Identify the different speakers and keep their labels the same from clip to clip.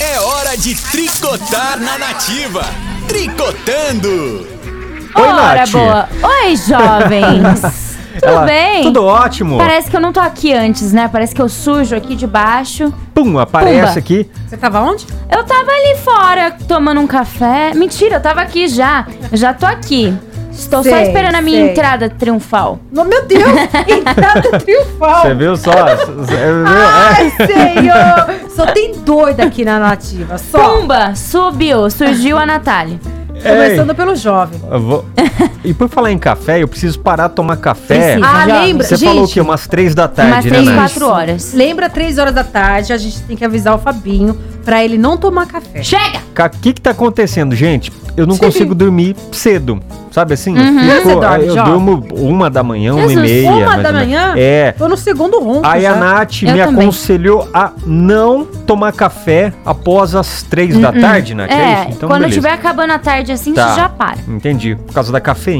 Speaker 1: É hora de tricotar na nativa. Tricotando!
Speaker 2: Oi,
Speaker 3: Ora,
Speaker 2: Nath.
Speaker 3: boa. Oi, jovens. tudo
Speaker 2: Ela-
Speaker 3: bem?
Speaker 2: Tudo ótimo.
Speaker 3: Parece que eu não tô aqui antes, né? Parece que eu sujo aqui de baixo.
Speaker 2: Pum, aparece
Speaker 3: Pumba.
Speaker 2: aqui.
Speaker 4: Você tava onde?
Speaker 3: Eu tava ali fora tomando um café. Mentira, eu tava aqui já. Eu Já tô aqui. Estou só
Speaker 4: Sei,
Speaker 3: esperando a minha
Speaker 4: sei.
Speaker 3: entrada triunfal.
Speaker 4: No meu Deus, entrada triunfal.
Speaker 2: Você viu só? Você viu? É.
Speaker 3: Ah!
Speaker 4: Ai, senhor. Só tem doida aqui na nativa, só.
Speaker 3: Pumba! Subiu, surgiu a Natália.
Speaker 4: Começando pelo jovem.
Speaker 2: Eu vou- E por falar em café, eu preciso parar de tomar café.
Speaker 3: Precisa.
Speaker 4: Ah,
Speaker 3: já-
Speaker 4: lembra,
Speaker 2: Você
Speaker 4: gente,
Speaker 2: falou que umas três da tarde,
Speaker 3: Umas
Speaker 2: né,
Speaker 3: três,
Speaker 2: Nath?
Speaker 3: quatro horas.
Speaker 4: lembra três horas da tarde, a gente tem que avisar o Fabinho pra ele não tomar café.
Speaker 3: Chega!
Speaker 2: Ca- O que que tá acontecendo, gente? Eu não
Speaker 4: Sim. Uhum.
Speaker 2: consigo dormir cedo, sabe assim? Eu, fico-
Speaker 4: Você dorme,
Speaker 2: eu
Speaker 4: Jó?
Speaker 2: durmo uma da manhã, uma e
Speaker 3: Jesus,
Speaker 2: meia.
Speaker 4: uma
Speaker 2: mais
Speaker 4: da
Speaker 2: ou menos.
Speaker 4: manhã?
Speaker 2: É.
Speaker 4: Tô no segundo ronco,
Speaker 2: Aí a
Speaker 4: já.
Speaker 2: Nath
Speaker 3: Eu
Speaker 2: me
Speaker 3: também.
Speaker 2: aconselhou a não tomar café após as três
Speaker 4: Uhum.
Speaker 2: da tarde, Nath.
Speaker 3: É,
Speaker 2: isso? então
Speaker 3: quando
Speaker 2: beleza.
Speaker 3: tiver acabando a tarde assim,
Speaker 2: Tá.
Speaker 3: você já para.
Speaker 2: Entendi. Por causa da cafeína.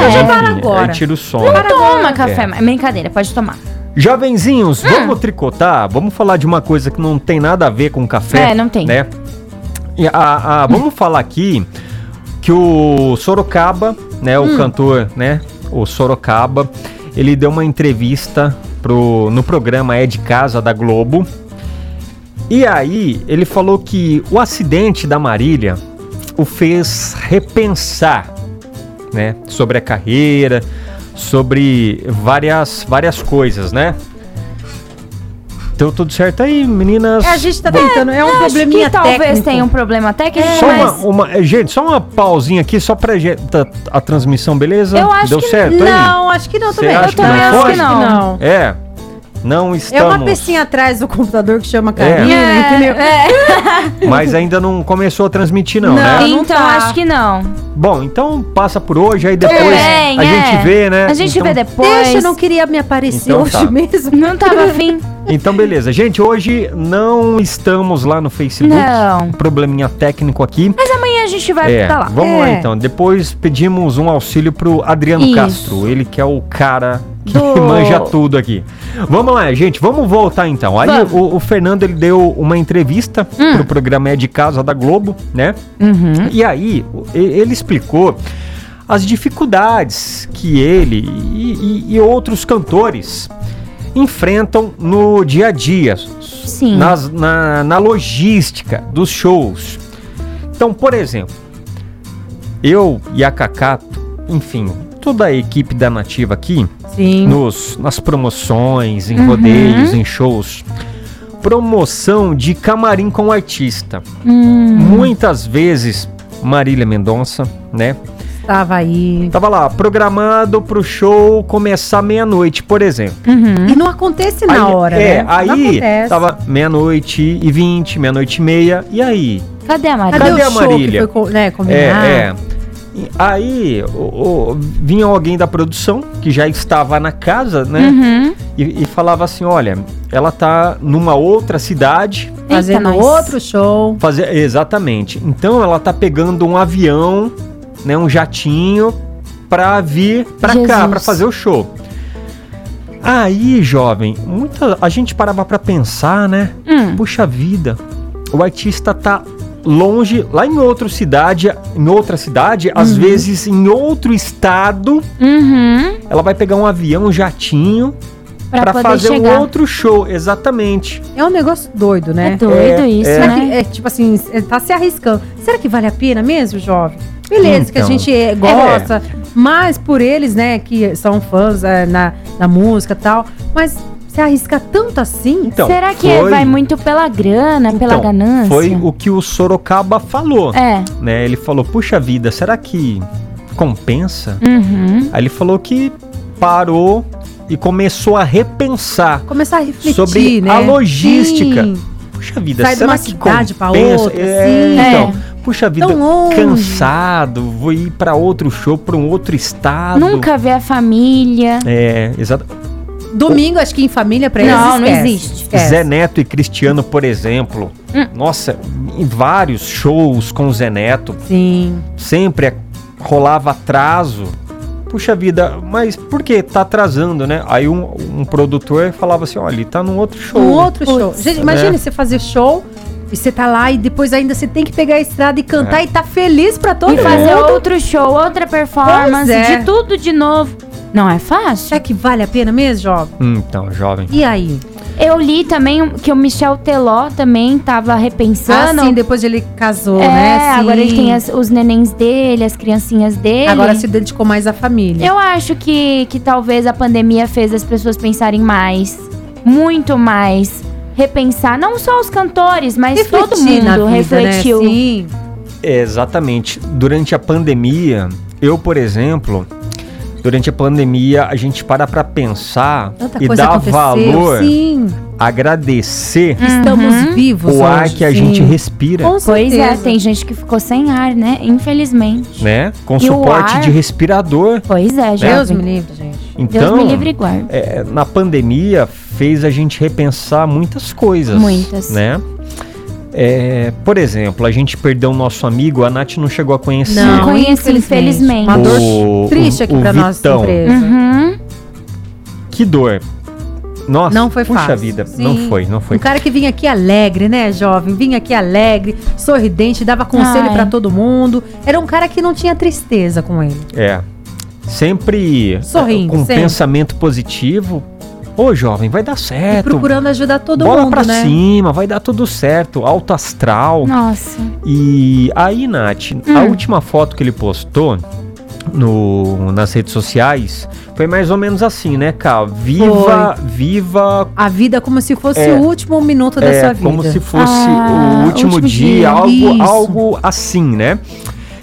Speaker 2: né?
Speaker 3: É. Já
Speaker 4: para
Speaker 2: enfim,
Speaker 4: agora.
Speaker 2: Aí tira o sono.
Speaker 3: Toma café, mas brincadeira, pode tomar.
Speaker 2: Jovenzinhos,
Speaker 3: Ah.
Speaker 2: vamos tricotar? Vamos falar de uma coisa que não tem nada a ver com café?
Speaker 3: É, não tem.
Speaker 2: Né? E a- a- vamos falar aqui que o Sorocaba, né, o
Speaker 3: Hum.
Speaker 2: cantor, né, o Sorocaba, ele deu uma entrevista pro, no programa É de Casa da Globo. E aí ele falou que o acidente da Marília o fez repensar, né, sobre a carreira, sobre várias várias coisas, né? Então tudo certo aí, meninas.
Speaker 4: É, a gente tá tentando, é um probleminha
Speaker 3: que talvez
Speaker 4: técnico.
Speaker 3: tenha um problema técnico,
Speaker 2: é, Só uma,
Speaker 3: mas
Speaker 2: uma- eh, gente, só uma pausinha aqui, só pra gente. tá- A, transmissão, beleza?
Speaker 3: Eu acho
Speaker 2: Deu
Speaker 3: que
Speaker 2: certo aí?
Speaker 4: Não, acho que não
Speaker 2: Você
Speaker 4: também.
Speaker 2: acha
Speaker 3: que não foi?
Speaker 4: não.
Speaker 2: É. Não
Speaker 4: É
Speaker 2: estamos.
Speaker 4: uma pecinha atrás do computador que chama Karina,
Speaker 3: É,
Speaker 4: entendeu?
Speaker 2: Mas ainda não começou a transmitir, não,
Speaker 4: Não.
Speaker 2: né?
Speaker 4: não
Speaker 3: então
Speaker 4: tá.
Speaker 3: acho que não.
Speaker 2: Bom, então passa por hoje, aí depois
Speaker 3: bem,
Speaker 2: a
Speaker 3: é.
Speaker 2: gente vê, né?
Speaker 3: A gente
Speaker 2: então,
Speaker 3: vê depois.
Speaker 4: Deixa, eu não queria me aparecer
Speaker 2: Então
Speaker 4: hoje
Speaker 2: tá.
Speaker 4: mesmo.
Speaker 3: Não tava afim.
Speaker 2: Então, beleza. Gente, hoje não estamos lá no Facebook.
Speaker 3: Não.
Speaker 2: Probleminha técnico aqui.
Speaker 3: Mas amanhã a gente vai
Speaker 2: É,
Speaker 3: pra lá.
Speaker 2: vamos lá
Speaker 4: É.
Speaker 2: então. Depois pedimos um auxílio pro Adriano
Speaker 3: Isso.
Speaker 2: Castro, ele que é o cara que
Speaker 3: Do-
Speaker 2: manja tudo aqui. Vamos lá, gente, vamos voltar então. Aí
Speaker 3: Vamos. Hum.
Speaker 2: o, o Fernando ele deu uma entrevista pro programa É de Casa da Globo, né?
Speaker 3: Uhum.
Speaker 2: E aí o- e- ele explicou as dificuldades que ele e, e- e outros cantores enfrentam no dia a dia,
Speaker 3: Sim.
Speaker 2: nas- na, na logística dos shows. Então, por exemplo, eu e a Cacato, enfim, toda a equipe da Nativa aqui,
Speaker 4: Sim.
Speaker 2: nos, nas promoções, em rodeios, em shows, promoção de camarim com artista.
Speaker 3: Hum,
Speaker 2: Muitas vezes Marília Mendonça, né?
Speaker 4: Estava aí.
Speaker 2: Tava lá, programado pro show começar meia-noite, por exemplo.
Speaker 3: Uhum.
Speaker 4: E não acontece na
Speaker 2: Aí-
Speaker 4: hora,
Speaker 2: é,
Speaker 4: né? não
Speaker 2: aí
Speaker 4: acontece.
Speaker 2: tava meia-noite e vinte, meia-noite e meia, e aí?
Speaker 3: cadê a Maria?
Speaker 4: Cadê,
Speaker 2: Cadê
Speaker 4: o
Speaker 2: a
Speaker 4: show
Speaker 2: Marília?
Speaker 4: que foi co- né, combinado?
Speaker 2: É, é. E Aí o- o- vinha alguém da produção que já estava na casa, né?
Speaker 3: Uhum.
Speaker 2: E, e falava assim: olha, ela tá numa outra cidade.
Speaker 4: Fazendo
Speaker 3: Eita, nós.
Speaker 4: outro show.
Speaker 2: Fazer, exatamente. Então ela tá pegando um avião, né? Um jatinho pra vir pra cá,
Speaker 3: Jesus.
Speaker 2: pra fazer o show. Aí, jovem, muita, a gente parava pra pensar, né?
Speaker 3: Hum.
Speaker 2: Puxa vida, o artista tá longe, lá em outra cidade, em outra cidade, às vezes em outro estado,
Speaker 3: Uhum.
Speaker 2: ela vai pegar um avião, um jatinho
Speaker 3: Pra
Speaker 2: pra
Speaker 3: poder
Speaker 2: fazer
Speaker 3: chegar.
Speaker 2: um outro show, exatamente.
Speaker 4: É um negócio doido,
Speaker 3: É,
Speaker 4: né?
Speaker 3: doido isso,
Speaker 4: Será
Speaker 3: né?
Speaker 4: que, é, tipo assim, é, tá se arriscando. Será que vale a pena mesmo, jovem? Beleza, que a
Speaker 2: Então.
Speaker 4: gente é, gosta, mas por eles, né, que são fãs é, na, na música e tal, mas se arrisca tanto assim?
Speaker 2: Então,
Speaker 3: Será que é,
Speaker 2: foi-
Speaker 3: vai muito pela grana, pela
Speaker 2: Então,
Speaker 3: ganância?
Speaker 2: Foi o que o Sorocaba falou,
Speaker 3: É.
Speaker 2: né? Ele falou: "Puxa vida, será que compensa?"
Speaker 3: Uhum.
Speaker 2: Aí ele falou que parou e começou a repensar
Speaker 4: Começar a refletir,
Speaker 2: Sobre
Speaker 4: né?
Speaker 2: a logística.
Speaker 4: Sim.
Speaker 2: Puxa vida,
Speaker 4: Sai de
Speaker 2: será
Speaker 4: uma
Speaker 2: que
Speaker 4: cidade pra
Speaker 2: compensa?
Speaker 4: outra,
Speaker 2: é,
Speaker 4: assim.
Speaker 2: então, puxa vida,
Speaker 4: Tão longe.
Speaker 2: cansado, vou ir pra outro show, pra um outro estado.
Speaker 3: Nunca vê a família.
Speaker 2: É, exato.
Speaker 4: Domingo, acho que em família pra eles
Speaker 3: Não, não
Speaker 4: esquece.
Speaker 3: existe.
Speaker 4: Esquece.
Speaker 2: Zé Neto e Cristiano, por exemplo.
Speaker 4: Hum.
Speaker 2: Nossa, em vários shows com o Zé Neto,
Speaker 4: Sim.
Speaker 2: sempre rolava atraso. Puxa vida, mas por que tá atrasando, né? Aí um, um produtor falava assim, olha, ele tá num outro show.
Speaker 4: Um outro
Speaker 3: Putz.
Speaker 4: show. Gente, imagina
Speaker 2: É.
Speaker 4: você fazer show E você tá lá e depois ainda você tem que pegar a estrada
Speaker 2: É.
Speaker 4: e cantar e tá feliz pra todo
Speaker 3: E fazer
Speaker 4: mundo.
Speaker 3: outro show, outra performance,
Speaker 4: Pois é.
Speaker 3: de tudo de novo. Não é fácil?
Speaker 4: Será que vale a pena mesmo, jovem?
Speaker 2: Então, jovem.
Speaker 4: E aí?
Speaker 3: Eu li também um, que o Michel Teló também tava repensando.
Speaker 4: Assim, depois ele casou,
Speaker 3: Ah, é,
Speaker 4: né? Sim.
Speaker 3: agora ele tem as- os nenéns dele, as criancinhas dele.
Speaker 4: Agora se dedicou mais à família.
Speaker 3: Eu acho que, que talvez a pandemia fez as pessoas pensarem mais, muito mais, repensar, não só os cantores, mas todo
Speaker 4: Refletir
Speaker 3: mundo
Speaker 4: na vida,
Speaker 3: refletiu.
Speaker 4: Né? Sim.
Speaker 2: Exatamente. Durante a pandemia, eu, por exemplo, durante a pandemia, a gente para pra pensar
Speaker 4: Tanta
Speaker 2: e
Speaker 4: coisa
Speaker 2: dar
Speaker 4: aconteceu.
Speaker 2: valor,
Speaker 4: Sim. Hum.
Speaker 2: agradecer
Speaker 3: Uhum.
Speaker 4: Estamos vivos
Speaker 2: o ar
Speaker 4: hoje,
Speaker 2: que a
Speaker 4: sim.
Speaker 2: gente respira,
Speaker 4: assim? Com
Speaker 3: Pois é,
Speaker 4: certeza.
Speaker 3: tem gente que ficou sem ar, né? Infelizmente.
Speaker 2: né? Com
Speaker 3: E o
Speaker 2: suporte
Speaker 3: ar-
Speaker 2: de respirador.
Speaker 3: Pois é,
Speaker 4: Deus me
Speaker 3: jovem.
Speaker 4: livre, gente.
Speaker 3: Deus
Speaker 2: Então,
Speaker 3: me livre e guarde.
Speaker 2: é, na pandemia fez a gente repensar muitas coisas.
Speaker 3: Muitas.
Speaker 2: Né? É, por exemplo, a gente perdeu o nosso amigo, a Nath não chegou a conhecer.
Speaker 3: Não. conheço, infelizmente.
Speaker 4: Uma dor
Speaker 2: O-
Speaker 4: triste aqui
Speaker 2: o- o
Speaker 4: pra né? nossa
Speaker 2: Vitão.
Speaker 4: empresa.
Speaker 3: Uhum.
Speaker 2: Que dor. Nossa,
Speaker 4: Não foi
Speaker 2: puxa
Speaker 4: fácil.
Speaker 2: vida,
Speaker 4: Sim.
Speaker 2: não foi, não
Speaker 4: Um
Speaker 2: foi.
Speaker 4: cara que vinha aqui alegre, né, jovem? Vinha aqui alegre, sorridente, dava conselho
Speaker 3: Ai.
Speaker 4: pra todo mundo. Era um cara que não tinha tristeza com ele.
Speaker 2: É. Sempre é,
Speaker 4: Sorrindo,
Speaker 2: com um
Speaker 4: sempre.
Speaker 2: pensamento positivo. Ô, jovem, vai dar
Speaker 4: E
Speaker 2: certo.
Speaker 4: procurando ajudar todo
Speaker 2: É, Bola
Speaker 4: mundo,
Speaker 2: pra
Speaker 4: né?
Speaker 2: cima, vai dar tudo certo. Alto astral.
Speaker 3: Nossa.
Speaker 2: E aí, Nath, a
Speaker 4: Hum.
Speaker 2: última foto que ele postou no, nas redes sociais foi mais ou menos assim, né, Ká? Viva, viva.
Speaker 4: A vida como se fosse
Speaker 2: É.
Speaker 4: o último minuto da
Speaker 2: é,
Speaker 4: sua vida.
Speaker 2: como se fosse
Speaker 3: Ah,
Speaker 2: o último,
Speaker 3: último
Speaker 2: dia,
Speaker 3: dia,
Speaker 2: algo,
Speaker 4: isso.
Speaker 2: algo assim, né?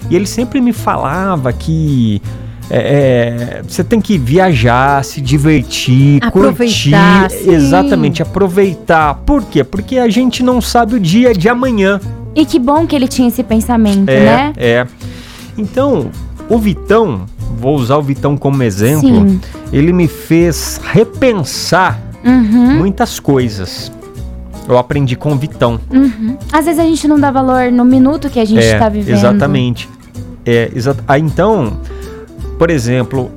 Speaker 2: E ele sempre me falava que é, é, você tem que viajar, se divertir,
Speaker 4: Aproveitar,
Speaker 2: curtir.
Speaker 4: sim.
Speaker 2: Exatamente, aproveitar. Por quê? Porque a gente não sabe o dia de amanhã.
Speaker 3: E que bom que ele tinha esse pensamento,
Speaker 2: É,
Speaker 3: né?
Speaker 2: é. Então, o Vitão, vou usar o Vitão como exemplo,
Speaker 3: Sim.
Speaker 2: ele me fez repensar
Speaker 3: Uhum,
Speaker 2: muitas coisas. Eu aprendi com o Vitão.
Speaker 3: uhum. Às vezes a gente não dá valor no minuto que a gente
Speaker 2: é,
Speaker 3: tá vivendo.
Speaker 2: exatamente. É, exa ah, então, por exemplo,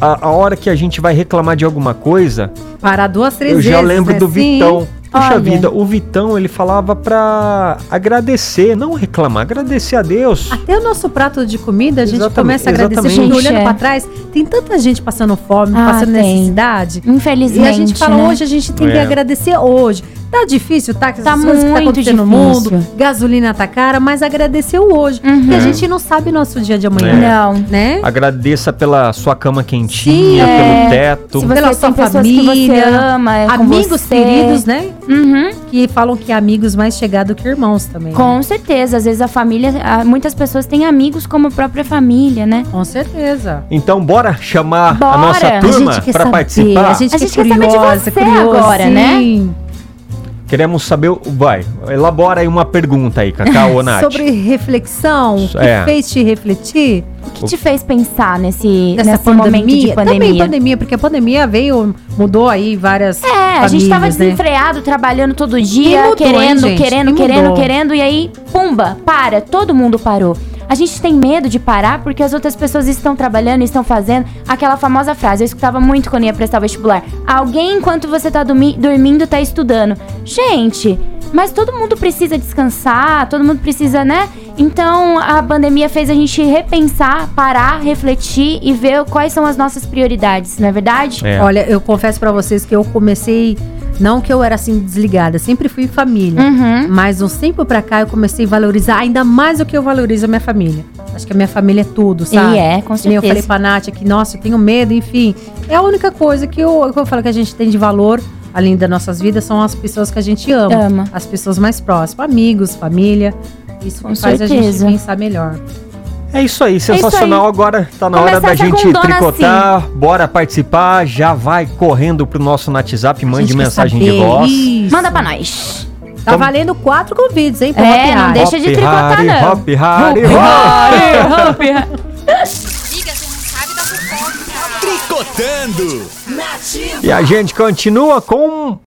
Speaker 2: a, a hora que a gente vai reclamar de alguma coisa,
Speaker 4: Parar duas, três
Speaker 2: eu
Speaker 4: vezes.
Speaker 2: já lembro
Speaker 4: né?
Speaker 2: do
Speaker 4: Sim.
Speaker 2: Vitão. Puxa
Speaker 3: Olha.
Speaker 2: vida, o Vitão ele falava pra agradecer, não reclamar, agradecer a Deus.
Speaker 4: Até o nosso prato de comida, a gente
Speaker 2: Exatamente,
Speaker 4: começa a agradecer.
Speaker 2: exatamente.
Speaker 4: Gente, olhando
Speaker 3: É.
Speaker 4: pra trás, tem tanta gente passando fome,
Speaker 3: Ah,
Speaker 4: passando
Speaker 3: tem.
Speaker 4: necessidade.
Speaker 3: Infelizmente.
Speaker 4: E a gente fala
Speaker 3: né?
Speaker 4: hoje, a gente tem que
Speaker 2: É.
Speaker 4: agradecer hoje. Tá difícil, tá? Com
Speaker 3: Tá
Speaker 4: essas coisas que tá
Speaker 3: muito
Speaker 4: acontecendo no
Speaker 3: difícil.
Speaker 4: mundo, gasolina tá cara, mas agradecer o hoje.
Speaker 3: Uhum.
Speaker 4: Porque a
Speaker 2: É.
Speaker 4: gente não sabe nosso dia de amanhã,
Speaker 3: Não.
Speaker 4: né?
Speaker 2: Agradeça pela sua cama
Speaker 4: Sim,
Speaker 2: quentinha,
Speaker 4: é.
Speaker 2: pelo
Speaker 3: Se
Speaker 2: teto.
Speaker 3: você
Speaker 4: Pela
Speaker 3: tem
Speaker 4: sua
Speaker 3: pessoas que
Speaker 4: família,
Speaker 3: você ama, é com
Speaker 4: Amigos
Speaker 3: você.
Speaker 4: queridos, né?
Speaker 3: Uhum,
Speaker 4: Que falam que é amigos mais chegados que irmãos também. né?
Speaker 3: com certeza. Às vezes a família, a- muitas pessoas têm amigos como a própria família, né?
Speaker 4: Com certeza.
Speaker 2: Então bora chamar
Speaker 3: Bora.
Speaker 2: a
Speaker 3: A
Speaker 2: nossa
Speaker 3: gente
Speaker 2: turma
Speaker 4: quer
Speaker 2: para
Speaker 4: saber,
Speaker 2: participar.
Speaker 4: A gente,
Speaker 3: A
Speaker 4: que é
Speaker 3: gente quer saber de
Speaker 4: curiosa,
Speaker 3: você
Speaker 4: curioso,
Speaker 3: agora, né?
Speaker 4: sim.
Speaker 2: Queremos saber, o- vai, elabora aí uma pergunta aí, Cacau ou Nath.
Speaker 4: Sobre reflexão, o que
Speaker 2: É.
Speaker 4: fez te refletir
Speaker 3: O que te fez pensar nesse,
Speaker 4: nessa
Speaker 3: nesse momento
Speaker 4: pandemia?
Speaker 3: de
Speaker 4: Também
Speaker 3: pandemia?
Speaker 4: pandemia, porque a pandemia veio, mudou aí várias
Speaker 3: É, a gente tava
Speaker 4: famílias, né?
Speaker 3: desenfreado, trabalhando todo dia,
Speaker 4: E mudou,
Speaker 3: querendo,
Speaker 4: hein, gente?
Speaker 3: querendo,
Speaker 4: E
Speaker 3: querendo,
Speaker 4: mudou.
Speaker 3: querendo, e aí, pumba, para, todo mundo parou. A gente tem medo de parar porque as outras pessoas estão trabalhando, estão fazendo aquela famosa frase. Eu escutava muito quando ia prestar o vestibular. Alguém, enquanto você tá dormi- dormindo, tá estudando. Gente, mas todo mundo precisa descansar, todo mundo precisa, né? Então a pandemia fez a gente repensar, parar, refletir e ver quais são as nossas prioridades, não é verdade?
Speaker 2: É.
Speaker 4: Olha, eu confesso pra vocês que eu comecei, não que eu era assim desligada, sempre fui família.
Speaker 3: Uhum.
Speaker 4: Mas uns tempo pra cá eu comecei a valorizar ainda mais o que eu valorizo a minha família. Acho que a minha família é tudo, sabe?
Speaker 3: E é, com
Speaker 4: Que
Speaker 3: certeza.
Speaker 4: nem eu falei pra Nath que, nossa, eu tenho medo, enfim. É a única coisa que eu, que eu falo que a gente tem de valor, além das nossas vidas, são as pessoas que a gente ama.
Speaker 3: Ama.
Speaker 4: As pessoas mais próximas, amigos, família. Isso
Speaker 3: Com
Speaker 4: faz
Speaker 3: certeza.
Speaker 4: a gente pensar melhor.
Speaker 2: É isso aí, sensacional.
Speaker 3: isso
Speaker 2: Agora tá na
Speaker 3: Começar
Speaker 2: hora da
Speaker 3: essa
Speaker 2: gente
Speaker 3: condona
Speaker 2: tricotar. Bora participar. Já vai correndo pro nosso WhatsApp,
Speaker 4: A
Speaker 2: mande
Speaker 4: gente quer
Speaker 2: mensagem de
Speaker 4: saber.
Speaker 2: voz.
Speaker 4: Isso.
Speaker 3: Manda pra nós.
Speaker 4: Tá
Speaker 2: Tamo-
Speaker 4: valendo quatro convites, hein? pro
Speaker 3: É,
Speaker 4: Happy
Speaker 3: não
Speaker 4: Hour.
Speaker 3: deixa de
Speaker 2: Hop,
Speaker 3: tricotar,
Speaker 2: hari,
Speaker 3: não.
Speaker 2: hop, hari, hop.
Speaker 1: Tricotando.
Speaker 2: E a gente continua com